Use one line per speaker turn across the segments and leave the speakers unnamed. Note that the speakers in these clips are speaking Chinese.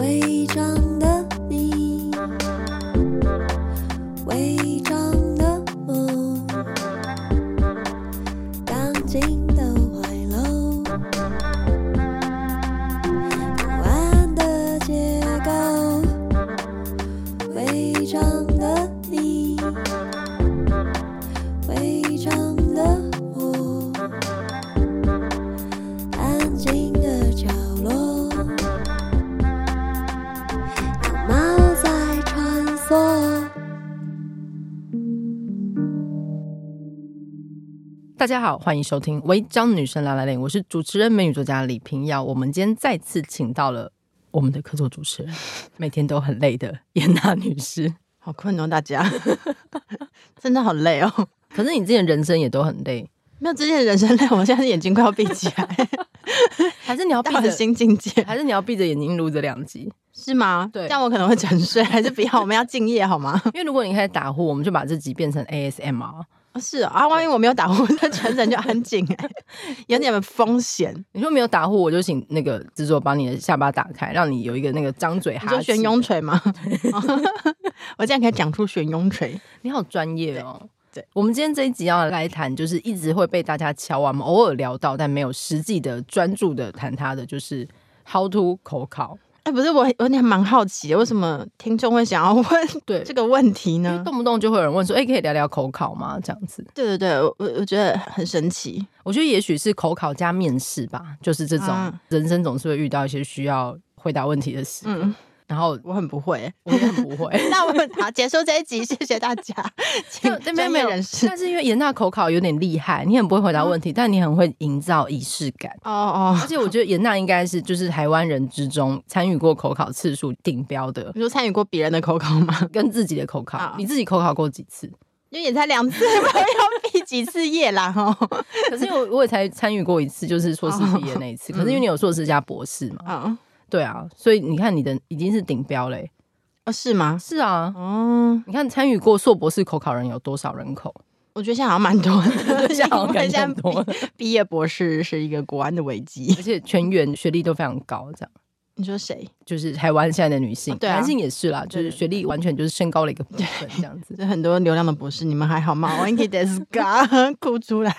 违章的你，违章的我，钢筋的怀楼，不安的结构，违章的你，违章的我，安静的角落。有猫在穿梭。
大家好，欢迎收听《违章女生拉拉链》，我是主持人美女作家李平遥。我们今天再次请到了我们的客座主持人，每天都很累的严娜女士。
好困哦，大家，真的好累哦。
可是你之前人生也都很累，
没有之前的人生累，我现在是眼睛快要闭起来，
还是你 要闭
到了
着，
新境界，
还是你要闭着眼睛录这两集？
是吗？
对
这样我可能会沉睡，还是不要？我们要敬业好吗？
因为如果你开始打呼，我们就把这集变成 ASMR。
哦是哦啊，万一我没有打呼，那全程就安静哎，有点风险。
你说没有打呼，我就请那个制作把你的下巴打开，让你有一个那个张嘴
你
哈
说
气
悬。雍垂吗？哦 我竟然可以讲出悬雍垂，
你好专业哦。
对对
我们今天这一集要来谈，就是一直会被大家敲啊，我们偶尔聊到，但没有实际的专注的谈它的，就是 how to 口考。
哎，不是我有点蛮好奇，为什么听众会想要问
对
这个问题
因为
呢？
动不动就会有人问说，哎、可以聊聊口考吗？这样子，
对对对，我我我觉得很神奇。
我觉得也许是口考加面试吧，就是这种、
啊
人生总是会遇到一些需要回答问题的事，
嗯，
然后
我很不会。
我也很不会。
那我们好结束这一集，谢谢大 家， 请
但没有
专
没
业
有
人，士。
但是因为严大口考有点厉害，你很不会回答问题，但你很会营造仪式感。
哦哦
而，且我觉得严娜应该是就是台湾人之中参与过口考次数顶标的，
你说参与过别人的口考吗？
跟自己的口考
啊，
你自己口考过几次？
因为也才两次， 没有毕几次业啦哦。
可是我我也才参与过一次，就是硕士毕业那
哦
一次。可是因为你有硕士加博士嘛，
嗯，
对啊，所以你看你的已经是顶标嘞。
哦是吗？
是啊，
哦，
你看参与过硕博士口考人有多少人口？
我觉得现在好像蛮多 的，
现在好像感觉
因
很
为
多
现在毕 毕业博士是一个国安的危机。
而且全员学历都非常高，这样。
你说 谁？
就是台湾现在的女性，
对啊
男性也是啦，就是学历完全就是升高了一个部分这样子。
这很多流量的博士，你们还好吗？我 n k i d e s k a 哭出来，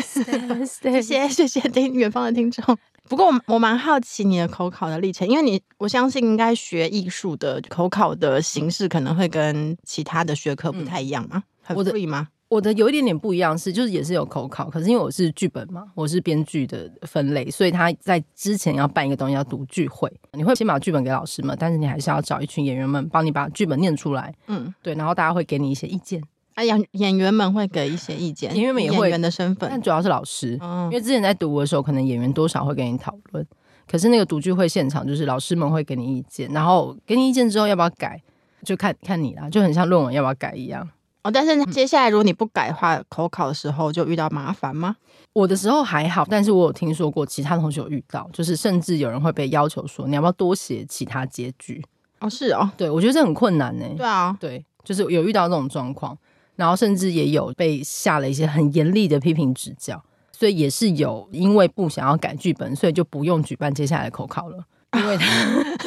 谢谢谢谢
嗯
听远方的听众。不过我我蛮好奇你的口考的历程，因为你我相信应该学艺术的口考的形式可能会跟其他的学科不太一样嘛，很
嗯我的
free 吗？
我的有一点点不一样是，就是也是有口考，可是因为我是剧本嘛，我是编剧的分类，所以他在之前要办一个东西叫读剧会，你会先把剧本给老师嘛，但是你还是要找一群演员们帮你把剧本念出来，
嗯，
对，然后大家会给你一些意见，
啊演演员们会给一些意见，
演员们也会
演员的身
但
份，
主要是老师，因
嗯，
为之前在读的时候，可能演员多少会跟你讨论，可是那个读剧会现场就是老师们会给你意见，然后给你意见之后要不要改，就看看你啦，就很像论文要不要改一样。
哦，但
嗯
是接下来如果你不改的话，口考的时候就遇到麻烦吗？
我的时候还好，但是我有听说过其他同学有遇到，就是甚至有人会被要求说你要不要多写其他结局。
哦，是哦，
对我觉得这很困难呢、
对啊，
对，就是有遇到这种状况，然后甚至也有被下了一些很严厉的批评指教，所以也是有因为不想要改剧本，所以就不用举办接下来的口考了，因为他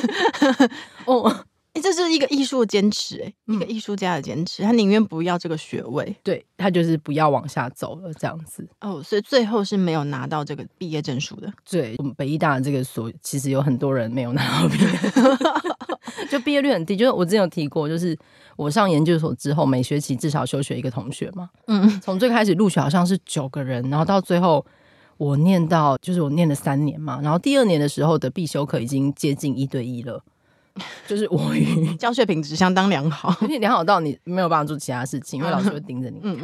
哦
哎，这是一个艺术的坚持，哎，
嗯
一个艺术家的坚持，他宁愿不要这个学位，
对他就是不要往下走了这样子。
哦，所以最后是没有拿到这个毕业证书的。
对，我们北医大的这个所，其实有很多人没有拿到毕业， 就毕业率很低。就是我之前有提过，就是我上研究所之后，每学期至少休学一个同学嘛。
嗯，
从最开始录取好像是九个人，然后到最后我念到就是我念了三年嘛，然后第二年的时候的必修课已经接近一对一了，就是我与。
教学品质相当良好
有点良好到你没有办法做其他事情，因为老师会盯着你。
嗯，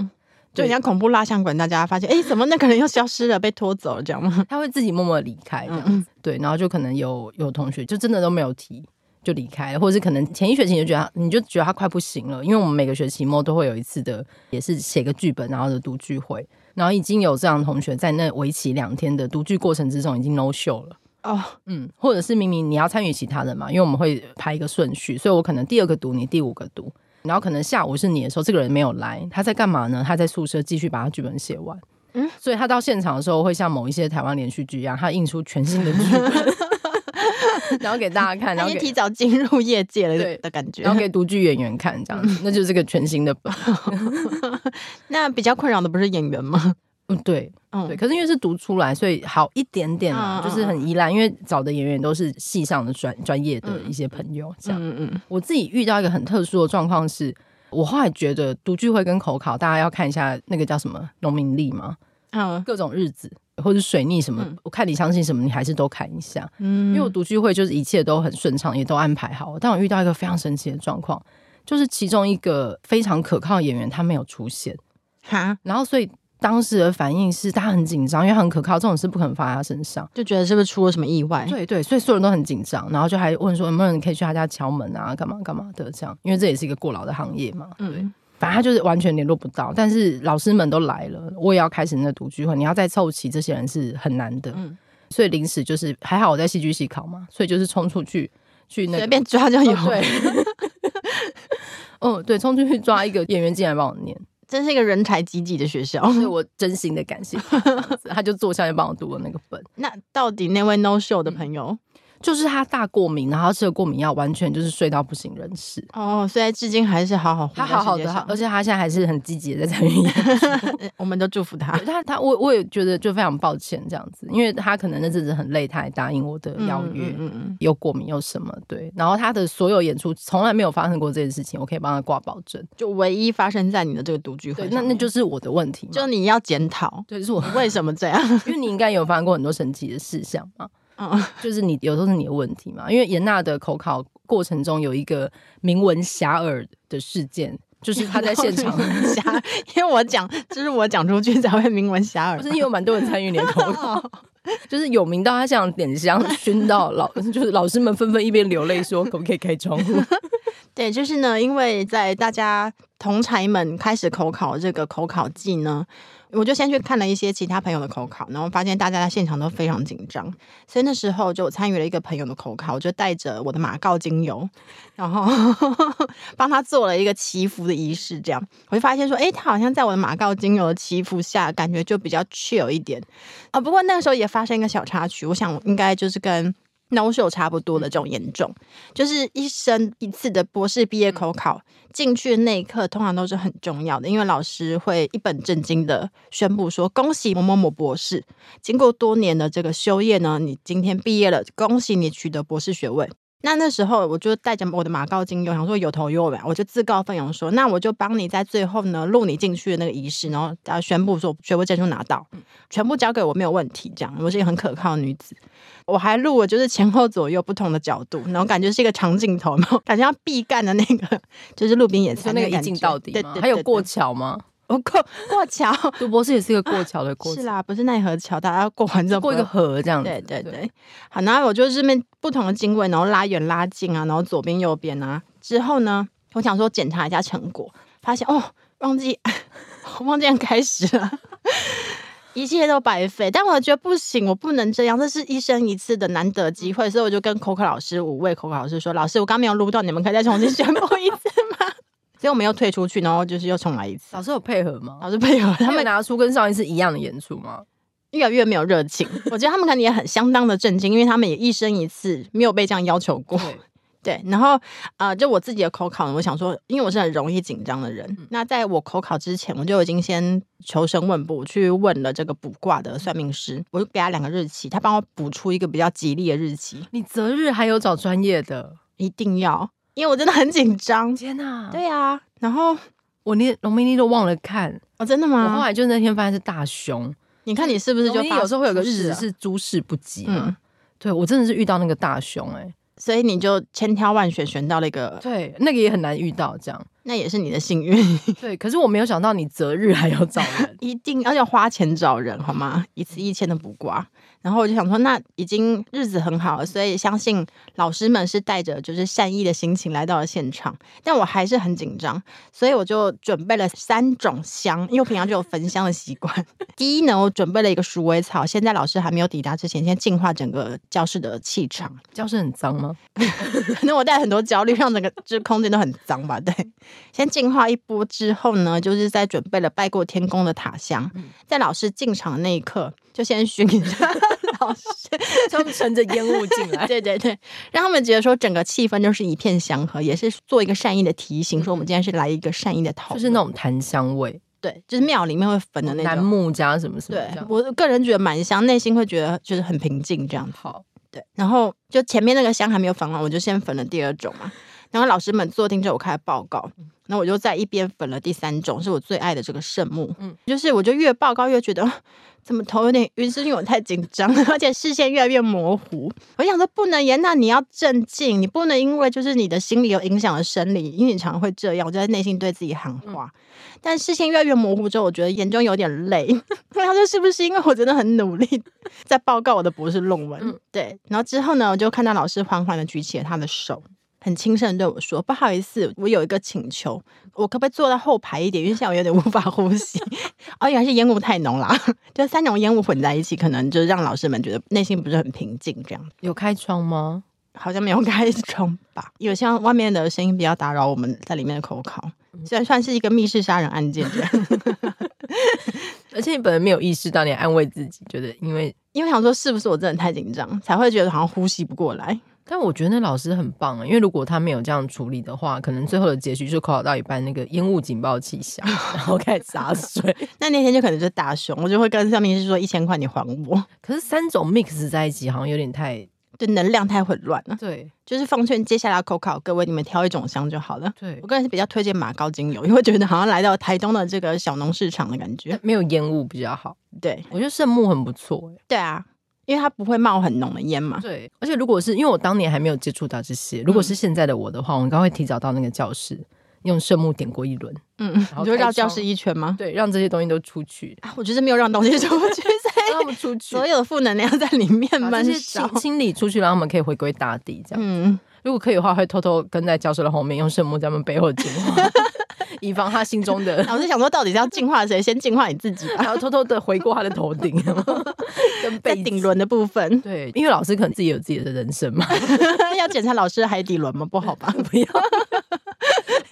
就
对
人家恐怖蜡像馆，大家发现，哎、怎么那个人又消失了，被拖走了，这样 吗？
他会自己默默地离开这样子，对，然后就可能有有同学就真的都没有提就离开了，或者是可能前一学期你就觉得他你就觉得他快不行了，因为我们每个学期末都会有一次的也是写个剧本然后的读聚会，然后已经有这样的同学在那为期两天的读剧过程之中已经 no show 了。
哦，
嗯，或者是明明你要参与其他人嘛，因为我们会排一个顺序，所以我可能第二个读你，第五个读，然后可能下午是你的时候，这个人没有来，他在干嘛呢？他在宿舍继续把他剧本写完。
嗯
嗯，所以他到现场的时候，会像某一些台湾连续剧一样，他印出全新的剧本， 然后给大家看，然
他
后
也
给
提早进入业界了
对
的感觉
然。后给独剧演员看，这样子，那就是个全新的本。
那比较困扰的不是演员吗？
嗯， 对
嗯
对。可是因为是读出来，所以好一点点啊，
嗯嗯
就是很依赖，因为找的演员都是系上的专专业的一些朋友，这样。
嗯嗯，
我自己遇到一个很特殊的状况是，我后来觉得读聚会跟口考，大家要看一下那个叫什么农民历嘛，
嗯
各种日子或者水逆什么，
嗯
我看你相信什么，你还是都看一下。
嗯
因为我读聚会就是一切都很顺畅，也都安排好。但我遇到一个非常神奇的状况，就是其中一个非常可靠的演员他没有出现，
哈
然后所以当时的反应是大家很紧张，因为他很可靠，这种事不可能发生在他身上。
就觉得是不是出了什么意外？
对对，所以所有人都很紧张，然后就还问说有没有人可以去他家敲门啊，干嘛干嘛的这样，因为这也是一个过劳的行业嘛。
嗯，
反正他就是完全联络不到，但是老师们都来了，我也要开始那读聚会，你要再凑齐这些人是很难的，
嗯
所以临时就是还好我在戏剧系考嘛，所以就是冲出去去那
随
个
便抓就有
哦， 对，哦对，冲出去抓一个演员进来帮我 念，
真是一个人才济济的学校。
所以我真心的感谢他，这样子他就坐下来帮我读了那个本。
那到底那位 no show 的
嗯
朋友、
就是他大过敏，然后他吃了过敏药，完全就是睡到不省人事。
哦，所以至今还是好好活
他
在
好好呃
世界
的，
上
而且他现在还是很积极的在参与 演出。
呃我们都祝福他
对。他他我我也觉得就非常抱歉这样子，因为他可能那阵子很累，他也答应我的邀约，
嗯嗯嗯
又过敏又什么对，然后他的所有演出从来没有发生过这件事情，我可以帮他挂保证。
就唯一发生在你的这个独居会
对，
上
那
面，
那就是我的问题嘛，
就你要检讨，
对， 就是我，
为什么这样？
因为你应该有发生过很多神奇的事项嘛，
嗯，
就是你有时候是你的问题嘛，因为严娜的口考过程中有一个名闻遐迩的事件，就是他在现 场。
遐，因 为我讲，就是我讲出去才会名闻遐
不
迩
是，因为有蛮多人参与联口考，就是有名到他像点香熏到老， 就是老师们纷纷一边流泪说可不可以开窗 户？
对，就是呢，因为在大家同才们开始口考这个口考季呢，我就先去看了一些其他朋友的口考，然后发现大家在现场都非常紧张，所以那时候就参与了一个朋友的口考，我就带着我的马告精油，然后 帮他做了一个祈福的仪式，这样我就发现说，诶，他好像在我的马告精油的祈福下，感觉就比较 chill 一点啊。不过那个时候也发生一个小插曲，我想应该就是跟 no show 差不多的这种严重。就是一生一次的博士毕业口考，进去那一刻通常都是很重要的，因为老师会一本正经的宣布说：“恭喜某某某博士，经过多年的这个修业呢，你今天毕业了，恭喜你取得博士学位。”那那时候我就带着我的马告精油，想说有头有尾，啊我就自告奋勇说，那我就帮你在最后呢录你进去的那个仪式，然后大家宣布说学位证书拿到，
嗯
全部交给我没有问题，这样我是一个很可靠的女子。我还录了就是前后左右不同的角度，然后感觉是一个长镜头，然后感觉要必干的那个就是路边野
就
餐
那个
个
一
感
镜
觉
到底
对
嘛
对，对
还有过
对
桥吗？
我过 过桥
读博士也是一个过桥的过
是
桥，
啦，不是奈何桥，大家过完之后
过一
不
个
会
河这样子。
对对对，好，然后我就这边不同的经位，然后拉远拉近啊，然后左边右边啊。之后呢，我想说检查一下成果，发现哦，忘记 忘记按开始了，一切都白费。但我觉得不行，我不能这样，这是一生一次的难得机会，所以我就跟口考老师五位口考老师说，老师，我刚没有录到，你们可以再重新宣布一次吗？ 所以我们又退出去，然后就是又重来一次。
老师有配合吗？
老师配合，
啊他
他
们
们
拿出跟上一次一样的演出吗？
越来越没有热 情。我觉得他们可能也很相当的震惊，因为他们也一生一次没有被这样要求过。
对，
对，然后呃，就我自己的口考呢，我想说，因为我是很容易紧张的人，
嗯
那在我口考之前，我就已经先求神问卜去问了这个卜卦
嗯
的算命师，我就给他两个日期，他帮我卜出一个比较吉利的日期，
你择日还有找专业的，
一定要，因为我真的很紧张。
天哪！
对啊，然后
我连农民历都忘了看，
哦，真的
我后
吗？
来就那天发现是大熊，
你看你是不是就
农民历
发
有时候会有个
出
日
事
子
了，
是诸事不及嘛。
嗯
对我真的是遇到那个大熊哎、
所以你就千挑万选选到了一个
对，那个也很难遇到这样。
那也是你的幸运，，
对，可是我没有想到你择日还要找人
一定而且要花钱找人好吗？一次一千的补刮。然后我就想说，那已经日子很好了，所以相信老师们是带着就是善意的心情来到了现场，但我还是很紧张，所以我就准备了三种香，因为我平常就有焚香的习惯。第一呢，我准备了一个鼠尾草，现在老师还没有抵达之前，先净化整个教室的气场。
教室很脏 吗？
可能我带很多焦虑，让整个这空间都很脏吧。对，先净化一波之后呢，就是在准备了拜过天公的塔香，
嗯
在老师进场的那一刻，就先熏一 下老师，
他们乘着烟雾进来，
对对对，让他们觉得说整个气氛都是一片祥和，也是做一个善意的提醒，说我们今天是来一个善意的讨
就
论，
是那种檀香味，
对，就是庙里面会焚的那
楠
种。
木加什么什么
对
这样。
我个人觉得蛮香，内心会觉得就是很平静这样子。
好，
对，然后就前面那个香还没有焚完，我就先焚了第二种嘛。然后老师们坐定之后，我开始报告。
嗯
那我就在一边焚了第三种，是我最爱的这个圣木。嗯
嗯，
就是我就越报告越觉得啊怎么头有点晕，是因为我太紧张了，而且视线越来越模糊。我想说，不能严娜，你要镇静，你不能因为就是你的心理有影响了生理，因为你常常会这样。我就在内心对自己喊
嗯
话，但视线越来越模糊之后，我觉得眼中有点累。 我想说，是不是因为我真的很努力 在报告我的博士论文。
嗯
对，然后之后呢，我就看到老师缓缓的举起了他的手，很轻声地对我说：“不好意思，我有一个请求，我可不可以坐到后排一点？因为现在我有点无法呼吸， 而且还是烟雾太浓啦，就三种烟雾混在一起，可能就让老师们觉得内心不是很平静，这样
有开窗吗？
好像没有开窗吧？有像外面的声音比较打扰我们在里面的口考，虽然算是一个密室杀人案件这样。”
而且你本来没有意识到，你还安慰自己，觉得因为，
因为想说是不是我真的太紧张，才会觉得好像呼吸不过来。
但我觉得那老师很棒啊、因为如果他没有这样处理的话，可能最后的结局就考到一半，那个烟雾警报器响， 然后开始洒水。
那那天就可能就大凶，我就会跟上面是说一千块你还我，
可是三种 mix 在一起好像有点太
对，能量太混乱 了。
对
就是奉劝接下来口考各位，你们挑一种香就好了。
对
我，个人是比较推荐马高精油，因为我觉得好像来到台东的这个小农市场的感觉。
没有烟雾比较好。
对
我觉得圣木很不错、欸，
对啊，因为它不会冒很浓的烟嘛。
对，而且如果是因为我当年还没有接触到这些，如果是现在的我的话，我应该会提早到那个教室，用圣木点过一轮，
嗯，
后
你就会绕
开窗
教室一圈吗？
对，让这些东西都出去，
啊，我就是没有让东西出去， 所以
让他们出去，
所有的负能量在里面
把这
闷
些
烧
清。清理出去，让他们可以回归大地。这样，
嗯，
如果可以的话，会偷偷跟在教室的后面，用圣木在他们背后净 化，以防他心中 的，
老师想说，到底是要净化谁？先净化你自己 吧。
然后偷偷的回过他的头 顶，跟
在
背脊
顶。轮的部分，
对，因为老师可能自己有自己的人生嘛，
要检查老师的海底轮吗？不好吧？
不要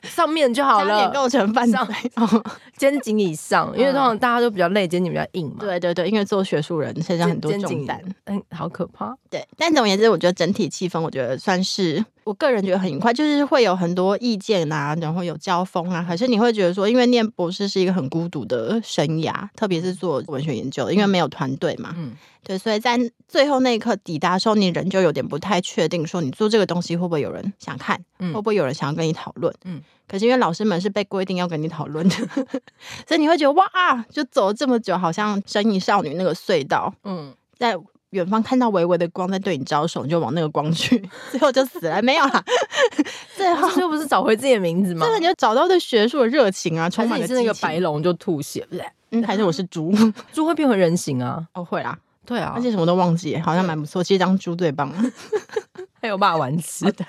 上面就好
差点
了，
构成犯罪
上。
哦
肩颈以上，因为通常大家都比较累，肩颈比较硬嘛。，
对对对，因为做学术人身上很多
肩
重
颈
担。
嗯，好可怕。
对，但总而言之，我觉得整体气氛，我觉得算是我个人觉得很愉快，就是会有很多意见啊，然后有交锋啊。可是你会觉得说，因为念博士是一个很孤独的生涯，特别是做文学研究，因为没有团队嘛，
嗯，
对，所以在最后那一刻抵达的时候，你人就有点不太确定，说你做这个东西会不会有人想看，
嗯
会不会有人想要跟你讨论，
嗯。
可是因为老师们是被规定要跟你讨论的， 所以你会觉得哇，就走了这么久，好像身影少女那个隧道，
嗯，
在远方看到微微的光在对你招手，你就往那个光去，最后就死了，没有啦。 最后，
这不是找回自己的名字吗
这？个你就找到对学术的热情啊，充
还是
满
你
了
是那个
激情
白，龙就吐血，不是？
嗯，还是我是猪？
猪会变回人形啊？
哦，会啦，
对啊
而，且什么都忘记，好像蛮不错。其实当猪最棒了，
还有霸王吃。
对。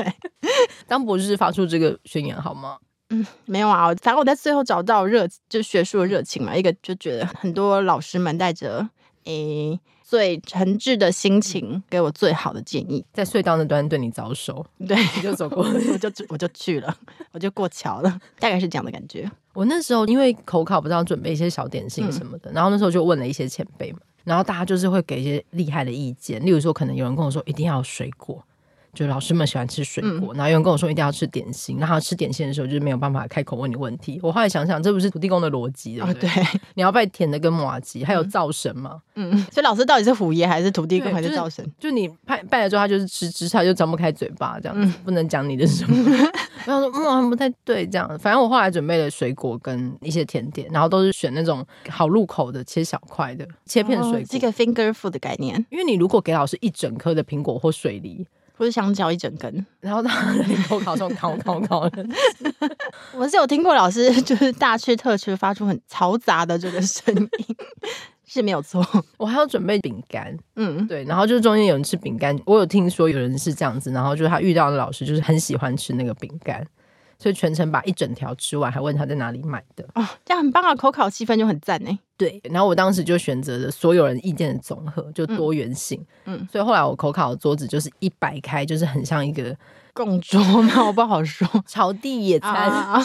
当博士发出这个宣言好吗？
没有啊，反正我在最后找到热，就学术的热情嘛。一个就觉得很多老师们带着诶最诚挚的心情，给我最好的建议。
在隧道那端对你招手，
对，
你就走过
我就我就去了，我就过桥了，大概是这样的感觉。
我那时候因为口考不是要准备一些小点
嗯
心什么的，然后那时候就问了一些前辈们，然后大家就是会给一些厉害的意见，例如说可能有人跟我说一定要有水果，就老师们喜欢吃水
嗯
果，然后有人跟我说一定要吃点心，然后吃点心的时候就是没有办法开口问你问题。我后来想想，这不是土地公的逻辑，对
哦，
不对？
对，
你要拜甜的跟麻吉，还有灶神嘛，
嗯，所以老师到底是虎爷还是土地公
对
还是
就是
灶神？
就你拜拜了之后，他就是吃吃，他就张不开嘴巴这样子，
嗯
不能讲你的什 么。我想说，嗯，好像不太对这样。反正我后来准备了水果跟一些甜点，然后都是选那种好入口的，切小块的，切片水
哦这
果。
个 finger food 的概念
因为你如果给老师一整颗的苹果或水梨，
不是香蕉一整根。
然后他的口考中考考考的，
我是有听过老师 就是大吃特吃发出很嘈杂的这个声音， 是没有错。
我还要准备饼干，
嗯，
对，然后就中间有人吃饼干，我有听说有人是这样子，然后就是他遇到的老师就是很喜欢吃那个饼干，所以全程把一整条吃完，还问他在哪里买的。
哦，这样很棒啊，口考气氛就很赞欸呢。
对，然后我当时就选择了所有人意见的总和，就多元性。
嗯嗯
所以后来我口考的桌子就是一摆开，就是很像一个
共桌嘛，我不好说。
草地野 餐、
啊，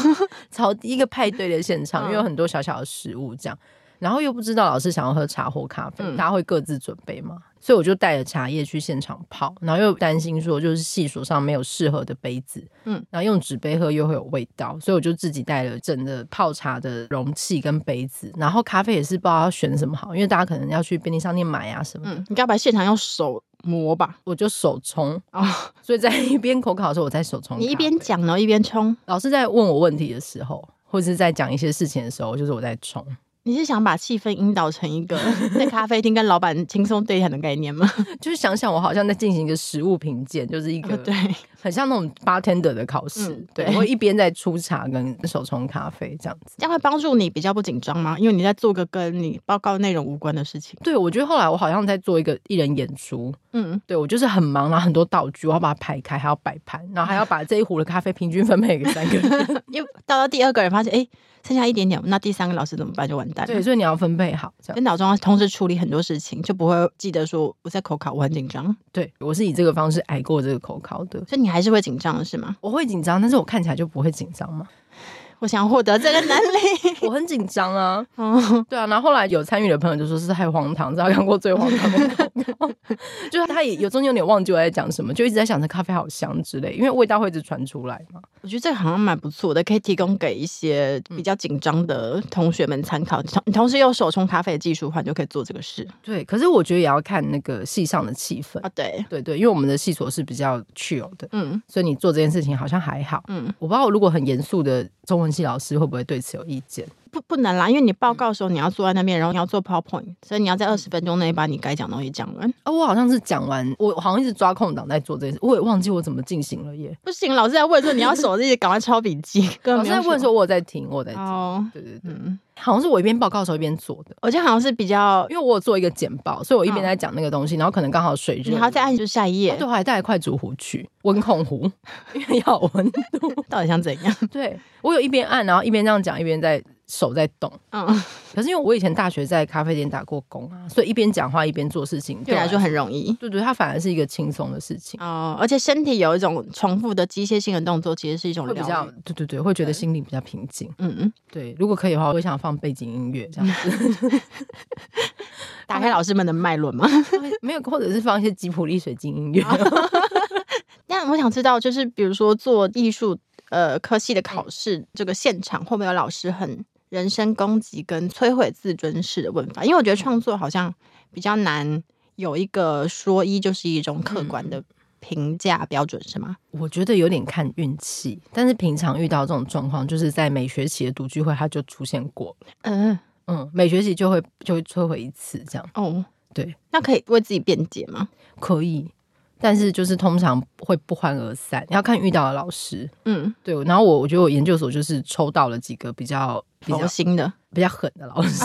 朝一个派对的现场，因为有
嗯
很多小小的食物这样，然后又不知道老师想要喝茶或咖啡，
嗯
大家会各自准备嘛，所以我就带着茶叶去现场泡，然后又担心说就是细数上没有适合的杯子，
嗯
嗯，然后用纸杯喝又会有味道，所以我就自己带了整个泡茶的容器跟杯子，然后咖啡也是不知道要选什么好，因为大家可能要去便利商店买啊什么的，
嗯，你该不会现场用手磨吧？
我就手冲，
啊，
所以在一边口考的时候我在手冲咖啡，
你一边讲然后一边冲，
老师在问我问题的时候，或是在讲一些事情的时候，就是我在冲。
你是想把气氛引导成 一个在咖啡厅跟老板轻松对谈的概念吗？
就是想想我好像在进行一个食物评鉴，就是一个
哦对，
很像那种 bartender 的考试，
嗯
对，
对
我会一边在出茶跟手冲咖啡这样子。
这样会帮助你比较不紧张吗？因为你在做个跟你报告内容无关的事情。
对，我觉得后来我好像在做一个艺人演出，
嗯，
对我就是很忙，然后很多道具，我要把它排开，还要摆盘，然后还要把这一壶的咖啡平均分配给三个 人。
因为到了第二个人发现，哎，剩下一点点，那第三个老师怎么办？就完蛋了。
对，所以你要分配好这样。
跟脑中要同时处理很多事情，就不会记得说我在口考，我很紧张，
对我是以这个方式挨过这个口考的。
所以你还是会紧张的是吗？
我会紧张，但是我看起来就不会紧张嘛。
我想获得这个能力。
我很紧张啊，
哦，
对啊，然后后来有参与的朋友就说是太荒唐，是他看过最荒唐的广告， 就是他也有中间有点忘记我在讲什么，就一直在想着咖啡好香之类，因为味道会一直传出来嘛。
我觉得这个好像蛮不错的，可以提供给一些
嗯
比较紧张的同学们参考。同你同时有手冲咖啡的技术的话，你就可以做这个事
对，可是我觉得也要看那个戏上的气氛。
啊。对，
对对，因为我们的戏所是比较 chill 的，
嗯
所以你做这件事情好像还好。
嗯，
我不知道如果很严肃的中文系老师会不会对此有意见。
不不难啦，因为你
嗯
报告的时候你要坐在那边，然后你要做 PowerPoint，所以你要在二十分钟内把你该讲的东西讲完。
啊，我好像是讲完，我好像一直抓空档在做这件事，我也忘记我怎么进行了耶。
不行，老师在问说你要手机 赶快抄笔记，
老
老
师在问说我有在听，我有在听。
哦，
对对对，
嗯，
好像是我一边报告的时候一边做的。
我觉得好像是比较
因为我有做一个简报，所以我一边在讲那个东西，然后可能刚好水热，
嗯你还要再按就下一页，
哦对，我还带了快煮壶去温控壶，因为要有 温度。
到底想怎样？
对我有一边按，然后一边这样讲，一边在手在动。
嗯，
可是因为我以前大学在咖啡店打过工啊，所以一边讲话一边做事情，
对我来说
很
很容易
对对，它反而是一个轻松的事情，
哦，而且身体有一种重复的机械性的动作，其实是一种
会比
疗
较
愈。
对对对，会觉得
对
心里比较平静。
嗯嗯，
对，如果可以的话，我会想放背景音乐这样 子，
打开老师们的脉轮嘛。
没有，或者是放一些吉普力水晶 音乐。
但我想知道，就是比如说做艺术呃科
嗯
系的考试，这个现场会不会有老师很人身攻击跟摧毁自尊式的问法？因为我
嗯
觉得创作好像比较难有一个说一就是一种客观
嗯
的评价标准，是吗？
我觉得有点看运气，但是平常遇到这种状况，就是在每学期的读聚会，它就出现过了。
嗯、
嗯，每学期就会就会摧毁一次，这样
哦，
对，
那可以为自己辩解吗？
可以。但是就是通常会不欢而散，要看遇到的老师。
嗯，
对，然后我我觉得我研究所就是抽到了几个比较比较
佛心的
比较狠的老师，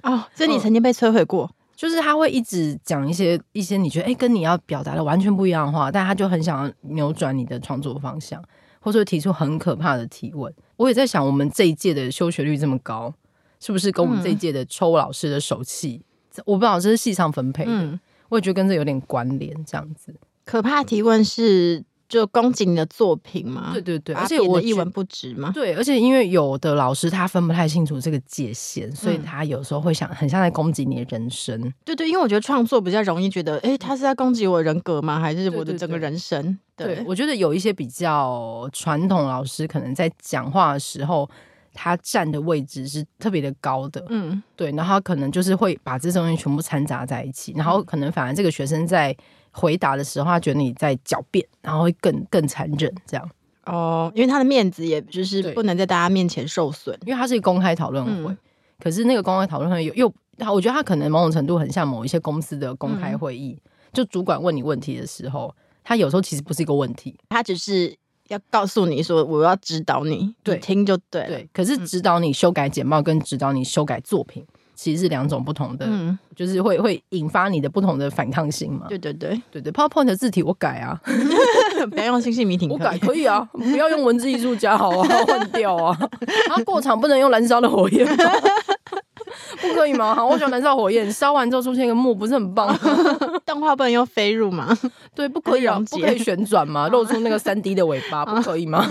啊哦，所以你曾经被摧毁过。
就是他会一直讲一些一些你觉得哎、诶跟你要表达的完全不一样的话，但他就很想要扭转你的创作方向，或者提出很可怕的提问。我也在想，我们这一届的休学率这么高，是不是跟我们这一
嗯
届的抽老师的手气，这我不知道这是系上分配的，
嗯，
我也觉得跟这有点关联，这样子。
可怕的提问是就攻击你的作品吗？
对对对，
把它
而且
贬得
我
一
觉
文不值吗？
对，而且因为有的老师他分不太清楚这个界限，所以
嗯
他有时候会想很像在攻击你的人生。
对对，因为我觉得创作比较容易觉得，诶，
嗯
他是在攻击我人格吗？还是我的整个人生？
对，我觉得有一些比较传统老师，可能在讲话的时候，他站的位置是特别的高的，
嗯，
对，然后他可能就是会把这东西全部掺杂在一起，然
嗯
后可能反而这个学生在回答的时候，他觉得你在狡辩，然后会更更残忍这样，
哦，因为他的面子也就是
对
不能在大家面前受损。
因为它是一个公开讨论会，
嗯
可是那个公开讨论会有又，他我觉得
嗯
他可能某种程度很像某一些公司的公开会议，就主管问你问题的时候。它有时候其实不是一个问题。
他只是要告诉你说我要指导你，
对
你听就对了。
对，可是指导你修改简报跟指导你修改作品，其实是两种不同的，
嗯，
就是会会引发你的不同的反抗性嘛。
对对对，
对对，PowerPoint 的字体我改啊，
不要用信息迷 挺，
我改可以啊，不要用文字艺术家好 啊，换掉啊。啊，过场不能用燃烧的火焰吗？ 不可以吗？好，我喜欢燃烧火焰，烧完之后出现一个幕，不是很棒吗？
动画不能用飞入嘛？
对，不可以啊
溶，解嗯
不可以旋转 吗？露出那个三 D 的尾巴，不可以吗？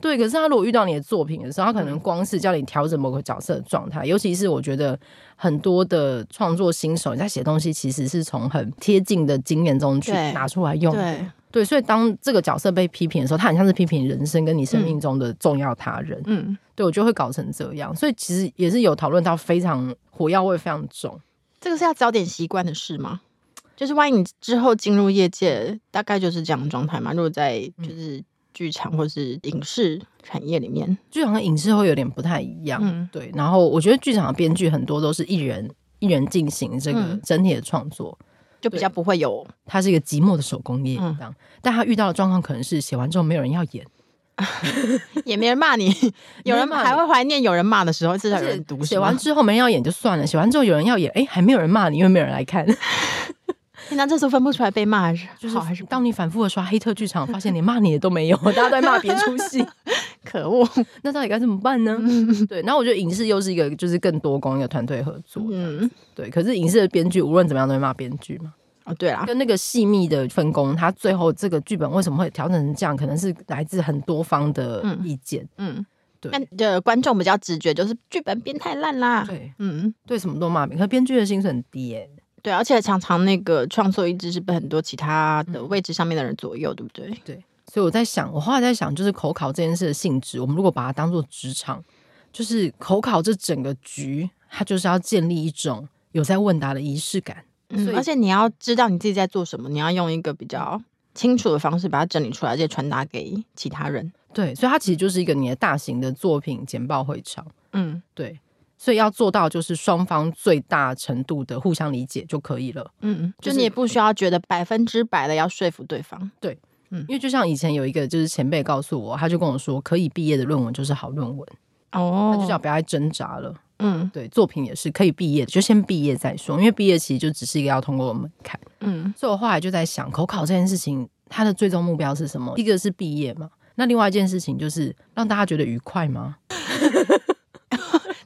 对，可是他如果遇到你的作品的时候，他可
嗯
能光是叫你调整某个角色的状态，尤其是我觉得很多的创作新手，你在写东西其实是从很贴近的经验中去
对
拿出来用的
对，
对，所以当这个角色被批评的时候，他很像是批评人生跟你生命中的重要他人。
嗯，
对我就会搞成这样，所以其实也是有讨论到非常火药味非常重。
这个是要早点习惯的事吗？就是万一你之后进入业界，大概就是这样的状态嘛。如果在
嗯
就是剧场或是影视产业里面，
剧场和影视会有点不太一样，
嗯
对。然后我觉得剧场的编剧很多都是一人一人进行这个
嗯
整体的创作，
就比较不会有
它是一个寂寞的手工业
嗯
一样。但他遇到的状况可能是写完之后没有人要演，
也没人 骂你，有人
没人骂你
还会怀念有人骂的时候，至少有人读
写完之后没人要演就算了，写完之后有人要演，哎，还没有人骂你，因为没有人来看。
那这时候分不出来被骂还是
就
好还是
是
不
当你反复的刷黑特剧场，发现连骂你的都没有，大家都在骂别出 戏，
可恶。
那到底该怎么办呢？对，然后我觉得影视又是一个就是更多工一个团队合作，
嗯，
对。可是影视的编剧无论怎么样都会骂编剧嘛，
哦对啦，
跟那个细密的分工，它最后这个剧本为什么会调整成这样，可能是来自很多方的
嗯
意见，
嗯，
对
但的观众比较直觉，就是剧本编太烂啦。
对
嗯，
对，什么都骂别人。可编剧的薪水很低耶、
对，而且常常那个创作意志是被很多其他的
嗯
位置上面的人左右，对不对？
所以我在想，我后来在想，就是口考这件事的性质，我们如果把它当做职场，就是口考这整个局，它就是要建立一种有在问答的仪式感。所
嗯，
以
而且你要知道你自己在做什么，你要用一个比较清楚的方式把它整理出来，而且传达给其他人。
对，所以它其实就是一个你的大型的作品简报会场。
嗯
对，所以要做到就是双方最大程度的互相理解就可以了。
嗯，就
就是
你也不需要觉得百分之百的要说服对方。
因为就像以前有一个就是前辈告诉我，他就跟我说，可以毕业的论文就是好论文，
哦
那就叫不要再挣扎了。
嗯
对，作品也是可以毕业的，就先毕业再说，因为毕业其实就只是一个要通过的门槛。
嗯
所以我后来就在想，口考这件事情，它的最终目标是什么？一个是毕业嘛，那另外一件事情就是让大家觉得愉快吗？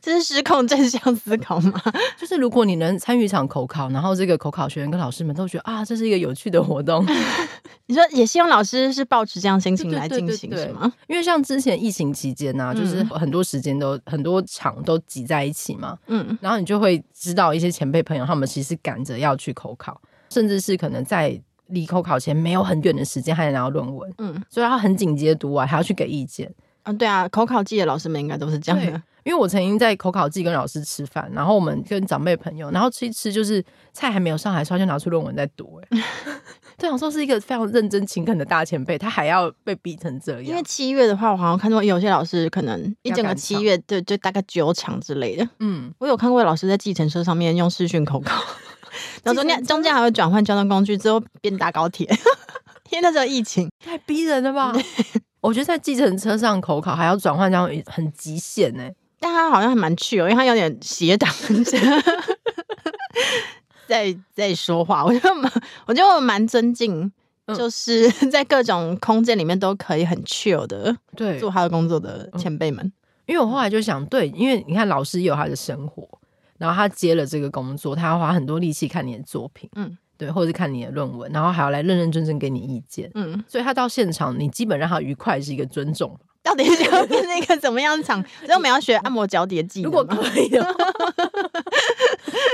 这是失控正向思考吗？
就是如果你能参与一场口考，然后这个口考学员跟老师们都觉得啊，这是一个有趣的活动，
你说也希望老师是抱持这样心情
对对
来
对
进
对
行
对
是吗？
因为像之前疫情期间呢、就是
嗯
很多时间都、很多场都挤在一起嘛，
嗯
然后你就会知道一些前辈朋友，他们其实赶着要去口考，甚至是可能在离口考前没有很远的时间还能拿到论文，
嗯
所以他很紧急的读完，啊还要去给意见。
嗯，对啊，口考季的老师们应该都是这样
对
的。
因为我曾经在口考季跟老师吃饭，然后我们跟长辈朋友，然后吃一吃，就是菜还没有上来的时候，他就拿出论文在读、 欸。哎，对，我说是一个非常认真勤恳的大前辈，他还要被逼成这样，
因为七月的话，我好像看到有些老师可能一
要
整个
赶
七
场
月，对，就大概九场之类的。
嗯，
我有看过老师在计程车上面用视讯口考，然后中间中间还会转换交通工具，之后变搭高铁， 因为那时候疫情。
太逼人了吧？ 我觉得在计程车上口考还要转换，这样很极限哎、
但他好像还蛮趣哦，因为他有点斜挡着在在说话，我就蛮我就蛮尊敬。
嗯
就是 在各种空间里面都可以很 chill 的
对嗯
做他的工作的前辈们，
因为我后来就想，对，因为你看老师也有他的生活，然后他接了这个工作，他要花很多力气看你的作品，
嗯
嗯，对，或者是看你的论文，然后还要来认认真真给你意见。
嗯，
所以他到现场，你基本让他愉快是一个尊重。
到底是要变成一个怎么样的场？所以我们要学按摩脚底的技能
如
吗。
果可以的话，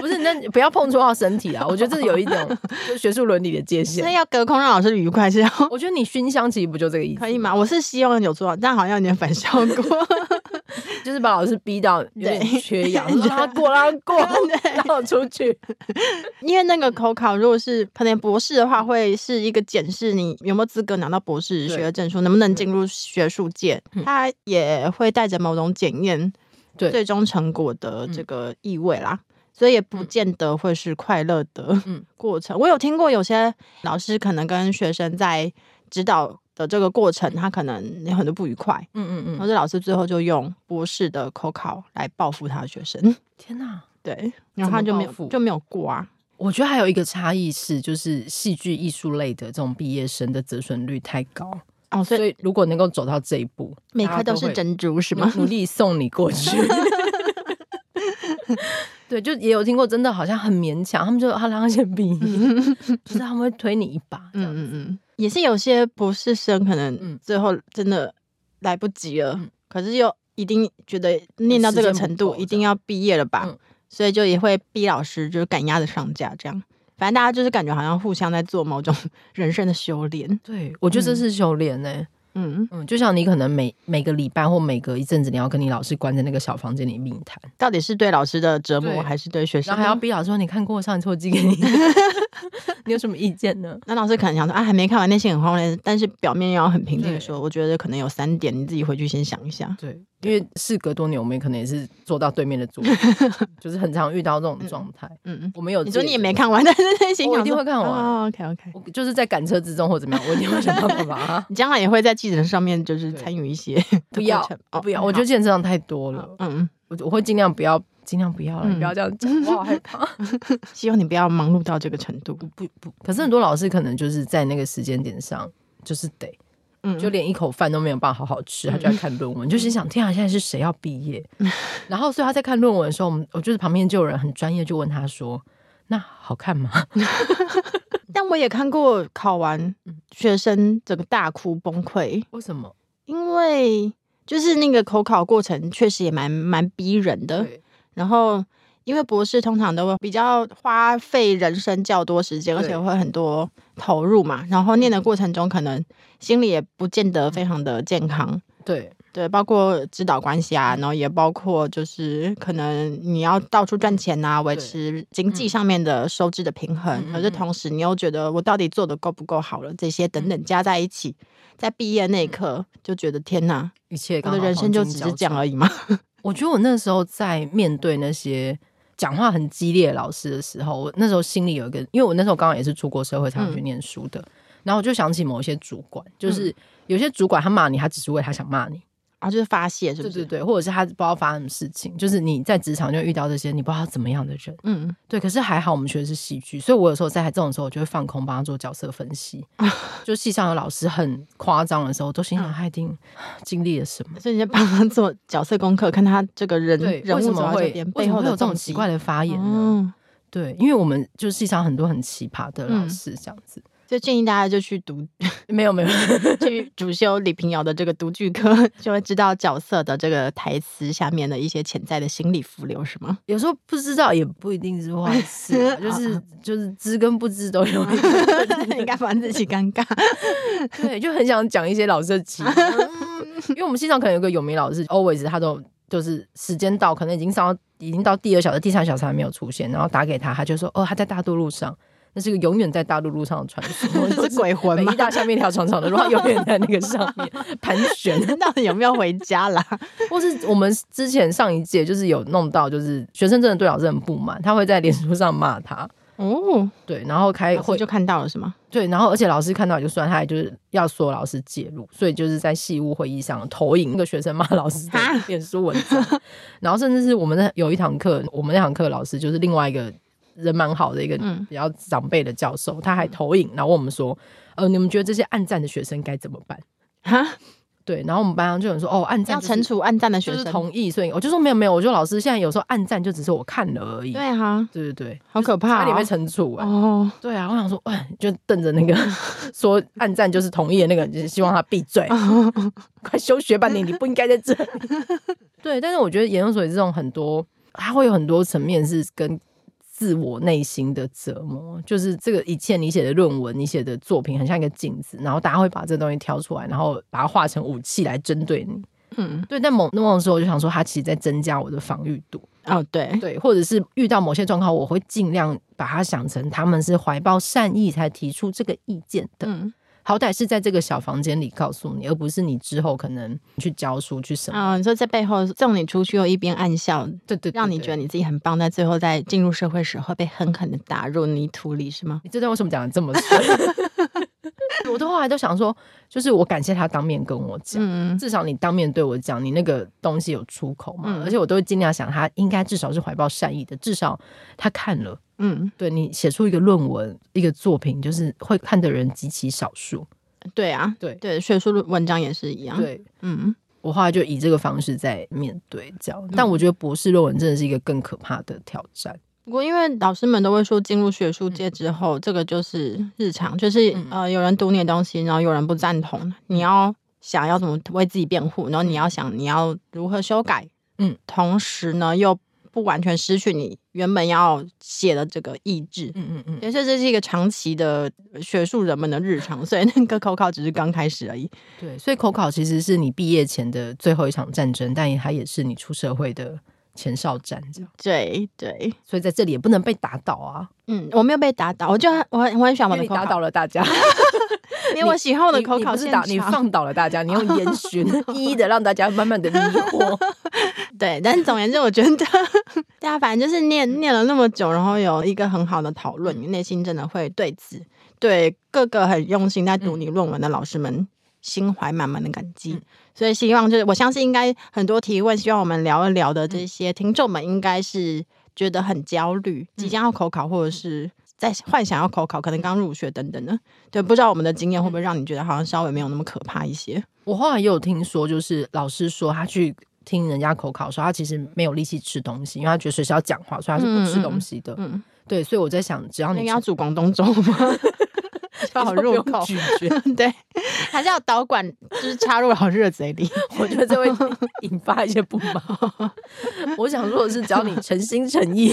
不是那你不要碰触到身体啊！我觉得这有一种就学术伦理的界
所以
限。
要隔空让老师愉快是要
我觉得你熏香其实不就这个意思，
可以吗？？我是希望有做到，但好像有点反效果。
就是把老师逼到有点缺 氧，让他过，让他过，让我出去。
因为那
嗯
个口考，如果是可能博士的话，会是一个检视你有没有资格拿到博士学位证书，能不能进入学术界。它也会带着某种检验
嗯对嗯
最终成果的这个意味啦。所以也不见得会是快乐的
嗯
过程。我有听过有些老师可能跟学生在指导的这个过程，他可能有很多不愉快，
嗯嗯
然后
嗯，
这老师最后就用博士的口考来报复他的学生，
天哪！
对，然后他就没有
报复
就没有过啊。
我觉得还有一个差异是，就是戏剧艺术类的这种毕业生的折损率太高，
哦，所
所
以
以如果能够走到这一步，
每
大
科
家
都
都
是
会
珍珠是吗？
努 力送你过去。 对，就也有听过，真的好像很勉强，他们就啊，然后先毕业， 就是他们会推你一把，这样
嗯嗯嗯，也是有些博士生可能
嗯
最后真的来不及了，
嗯
可是又一定觉得念到这个程
时间不
度
够
一定要毕业了吧，
嗯
所以就也会逼老师就是赶鸭子上架这样。反正大家就是感觉好像互相在做某种 人生的修炼，
对，我觉得这是修炼呢、
嗯，
嗯，就像你可能每每个礼拜或每隔一阵子，你要跟你老师关在那个小房间里密谈，
到底是对老师的折磨
对
还是啊对学生？
然后还要逼老师说：“你看过上一次我寄给你， 你有什么意见呢
那老师可能想说啊，还没看完，内心很慌乱，但是表面要很平静的
对
说，我觉得可能有三点，你自己回去先想一下？”。
对，因为事隔多年，我们也可能也是坐到对面的桌 子，就是很常遇到这种状态。
嗯，
我们有
你
自
说
己的
你也没看完，但是内心
我
想
一定
说
会看完
哦、OK OK，
我就是在赶车之中或怎么样，我一定会想办法把它
你将来也会在记者上面就是
对
参与一些
不要
的过程哦
不要。我觉得健身上太多了，
嗯，
我我会尽量不要，尽量不要了，
嗯
你不要这样讲，我好害 怕。
希望你不要忙碌到这个程度。
不不，可是很多老师可能就是在那个时间点上，就是得。
嗯，
就连一口饭都没有办法好好吃，他就在看论文，就心想：天啊，现在是谁要毕业？
嗯
然后，所以他在看论文的时候，我们我就是旁边就有人很专业，就问他说：“那好看吗
但我也看过考完
嗯
学生整个大哭崩溃，？”
为什么？
因为就是那个口考过程确实也蛮蛮逼人的。
对
然后因为博士通常都会比较花费人生较多时间，而
对嗯
且会很多投入嘛。然后念的过程中，可能心里也不见得非常的健康。
对
对，包括指导关系
嗯
啊，然后也包括就是可能你要到处赚钱啊，维
对嗯
持经济上面的收支的平衡，
嗯嗯
可是
嗯
同时你又觉得我到底做的够不够好了，这些等等加在一起，在毕业那一刻就觉得天哪，
一切嗯
我
刚
的
好
人生就
黄
只
金
是
交
这样
叉
而已嘛。
我觉得我那时候在面对那些讲话很激烈的老师的时候，我那时候心里有一个，因为我那时候刚好也是出国社会
嗯
才会去念书的，然后我就想起某一些主管，就是有些主管他骂你，他只是为他想骂你，
然后就是发泄，是不
对
是？
对对，或者是他不知道发生什么事情，就是你在职场就遇到这些你不知道他怎么样的人，
嗯，
对。可是还好我们学的是戏剧，所以我有时候在这种时候，我就会放空帮他做角色分析。 就戏上有老师很夸张的时候，我都心
嗯
想他一定 经历了什么。
所以你就帮他做角色功课，看他这个人
对，
人
为
物
什
走
么
到这
会
边
为
背
什么
后
会有这
的
种
动
奇
机
怪的发言呢？
嗯，
对，因为我们就是戏上很多很奇葩的老
嗯
师这样子，
就建议大家就去读
没有没 有，
去主修李平遥的这个读剧科，就会知道角色的这个台词下面的一些潜在的心理浮流，是吗？
有时候不知道也不一定是坏事 啊，就是就是知跟不知都有一点。
应该不然自己尴尬。
对，就很想讲一些老师的奇葩，嗯因为我们现场可能有个有名老师，always 他都就是时间到，可能已经上到已经到第二小时、第三小时还没有出现，然后打给他，他就说哦他在大渡路上，那是一个永远在大渡路上的传说，
这是鬼魂
北
吗
医大下面一条长长的路，他永远在那个上面盘旋。
到底有没有回家啦？
或是我们之前上一届就是有弄到，就是学生真的对老师很不满，他会在脸书上骂他，
哦，
对，然后开
我
会
就看到了，是吗？
对，然后而且老师看到也就算，他还就是要说老师介入，所以就是在系务会议上投影那个学生骂老师的
哈
脸书文章，然后甚至是我们那有一堂课，我们那堂课老师就是另外一个人蛮好的一个
嗯
比较长辈的教授，他还投影，然后问我们说，呃，你们觉得这些暗战的学生该怎么办？
哈，
对，然后我们班上就有人说，哦，暗战、
要
就是、
惩处暗战的学
就是
生。
同意，所以我就说没有没有，我说老师现在有时候暗战就只是我看了而已。
对啊，
对对对，
好可
差
怕
点被
哦！
惩处哎、
哦，
对啊，我想说，哇，就瞪着那 个说暗战就是同意的那个人，就是希望他闭 嘴，快休学半年，你不应该在这里。 对，但是我觉得研究所也是这种很多，它会有很多层面是跟自我内心的折磨，就是这个一切你写的论文、你写的作品，很像一个镜子，然后大家会把这东西挑出来，然后把它化成武器来针对你。
嗯，
对，但某那种时候我就想说，它其实在增加我的防御度。
哦，对，
对，或者是遇到某些状况，我会尽量把它想成他们是怀抱善意才提出这个意见的，
嗯，
好歹是在这个小房间里告诉你，而不是你之后可能去教书去什么。
嗯，你说在背后送你出去又一边暗笑，
对对对
让你觉
得
得你自己很棒，但最后在进入社会时会被狠狠的打入泥土里，是吗？
你这段为什么讲的这么深？ 我都后来都想说，就是我感谢他当面跟我讲。
嗯，
至少你当面对我讲，你那个东西有出口嘛？
嗯
而且我都会尽量想，他应该至少是怀抱善意的，至少他看了，
嗯，
对你写出一个论文、一个作品，就是会看的人极其少数。
对啊，
对
对，学术论文章也是一样。，
对
嗯，
我后来就以这个方式在面对这样，但我觉得博士论文真的是一个更可怕的挑战。
不过因为老师们都会说，进入学术
嗯
界之后，这个就是日常，就是、呃，有人读你的东西，然后有人不赞同，
嗯
你要想要怎么为自己辩护，然后你要想你要如何修改，
嗯，
同时呢又不完全失去你原本要写的这个意志。
嗯嗯嗯，
也是这是一个长期的学术人们的日常，所以那个口考只是刚开始而已。
对，所以口考其实是你毕业前的最后一场战争，但也它也是你出社会的前哨战，这样。
对对，
所以在这里也不能被打倒啊，
嗯，我没有被打倒，我就很我很我很喜
因
欢我
为
的
你
口
打
考，
倒了大家。
因为我喜欢我的
你
口
你
考
不是
现
打
场。
你放倒了大家，你用烟熏一一的让大家慢慢的迷惑。
对，但总而言之，我觉得大家反正就是
嗯
念念了那么久，然后有一个很好的讨论，你内心真的会对此对各个很用心在读你论文的老师们。心怀满满的感激，
嗯
所以希望就是我相信应该很多提问，希望我们聊一聊的
嗯
这些听众们，应该是觉得很焦虑，
嗯
即将要口考，或者是在幻想要口考，可能刚入学等等的。对，不知道我们的经
嗯
验会不会让你觉得好像稍微没有那么可怕一些？
我后来也有听说，就是老师说他去听人家口考的时候，他其实没有力气吃东西，因为他觉得随时要讲话，所以他是不吃东西的。
嗯嗯嗯
对，所以我在想，只要
那
你
个要煮广东粥吗？好
不
入
用
口，
咀嚼，
对，还是要导管就是插入老师的嘴里。
我觉得这会 引发一些不满。我想说的是，只要你诚心诚 意，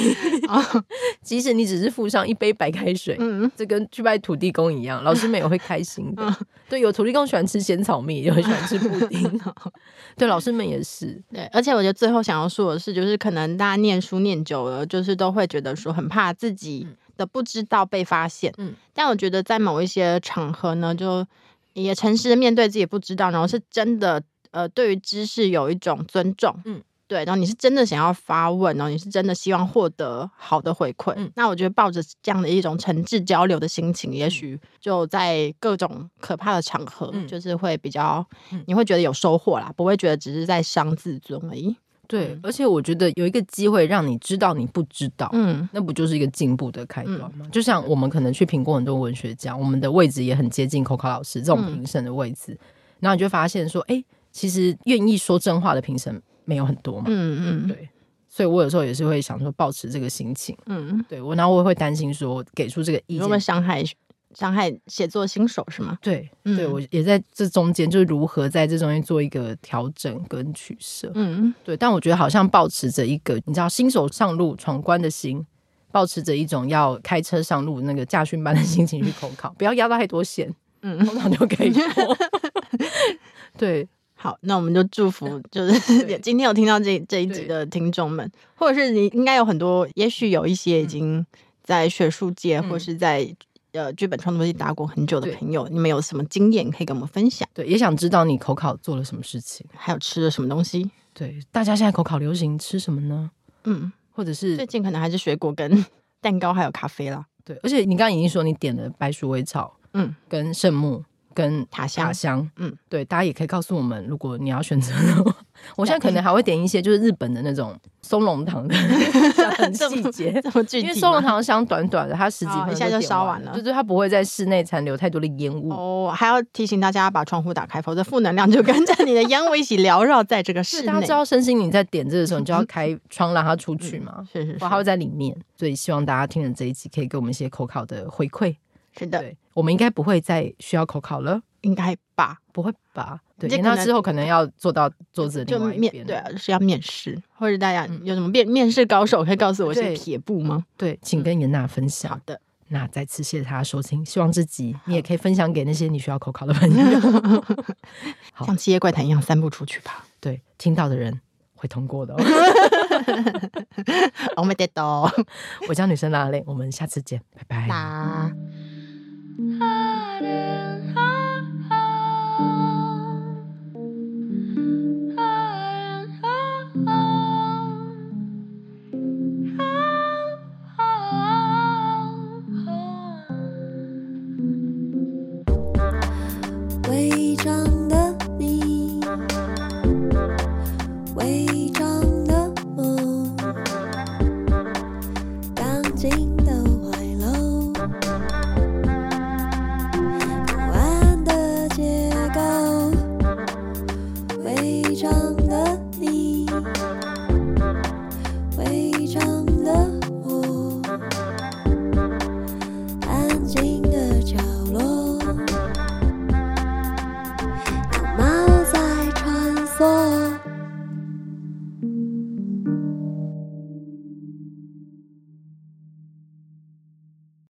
即使你只是附上一杯白开水，
哦嗯，
这跟去拜土地公一样，老师们也会开心的。对，有土地公喜欢吃鲜草蜜，有人喜欢吃布 丁，
哦
对，老师们也是。
对。而且我觉得最后想要说的是，就是可能大家念书念久了，就是都会觉得说很怕自己的不知道被发现。
嗯
嗯，但我觉得在某一些场合呢，就也诚实的面对自己不知道，然后是真的呃，对于知识有一种尊重。
嗯
嗯。对，然后你是真的想要发问，然后你是真的希望获得好的回馈。
嗯
那我觉得抱着这样的一种诚挚交流的心情，也许就在各种可怕的场合，
嗯
就是会比较
嗯，
你会觉得有收获啦，不会觉得只是在伤自尊而已。
对
嗯，
而且我觉得有一个机会让你知道你不知道，
嗯
那不就是一个进步的开端吗？就像我们可能去评过很多文学奖，我们的位置也很接近口考老师这种
嗯
评审的位置，然后你就发现说，哎、其实愿意说真话的评审没有很多嘛。
嗯嗯
对，所以我有时候也是会想说，保持这个心情。
嗯，
对我，然后我也会担心说，给出这个意
你
见
会不会伤害伤害写作新手是吗？
对，
嗯
对我也在这中间，就是如何在这中间做一个调整跟取舍。
嗯
对，但我觉得好像保持着一个你知道新手上路闯关的心，保持着一种要开车上路那个驾训班的心情去口考，不要压到太多线，
嗯，
通常就可以过。 对，
好，那我们就祝 福，就是
对
今天有听到这这一集
对
的听众们，或者是你应该有很多，也许有一些已经在学术界、
嗯
或是在呃剧本创作界打滚很久的
对
朋友，你们有什么经验可以跟我们分享？
对，也想知道你口考做了什么事情。
还有吃了什么东西？
对，大家现在口考流行吃什么呢？
嗯，
或者
最
是
近可能还是水果跟 蛋糕还有咖啡啦。
对，而且你刚刚已经说你点了白鼠尾草，
嗯，
跟圣木，跟
塔香
塔香，
嗯，
对，大家也可以告诉我们，如果你要选择的话，我现在可能还会点一些就是日本的那种松茸糖的， 很细节。
这么具
因
体
为
吗，
松茸糖香短短的，它十几
哦
分钟
一下就
点
烧
完
完了
对对，它不会在室内残留太多的烟雾。
哦，还要提醒大家把窗户打开，否则负能量就跟着你的烟雾一起缭绕在这个
是
室
大家
内嗯
知。道身心你在点这的 时候，你就要开窗让它出去嘛，
是是
哇，它会
是，
在里面。所以希望大家听了这一集，可以给我们一些口考的回馈。
是的，
对，我们应该不会再需要口考了，
应该吧？
不会吧？对，
这可
那
能
之后可能要坐到桌子的
就
另外一
面
边。
对啊，是要面试，或者大家
嗯
有什么面面试高手可以告诉我
对
是撇步吗？
对，请跟严娜分享。
好的，
那再次谢谢大家收听，希望这集你也可以分享给那些你需要口考的朋 友。好
像《七夜怪谈》一样散步出去吧。
对，听到的人会通过的、哦。
我们得到
我叫女生拉拉链，我们下次见，拜拜。
啦。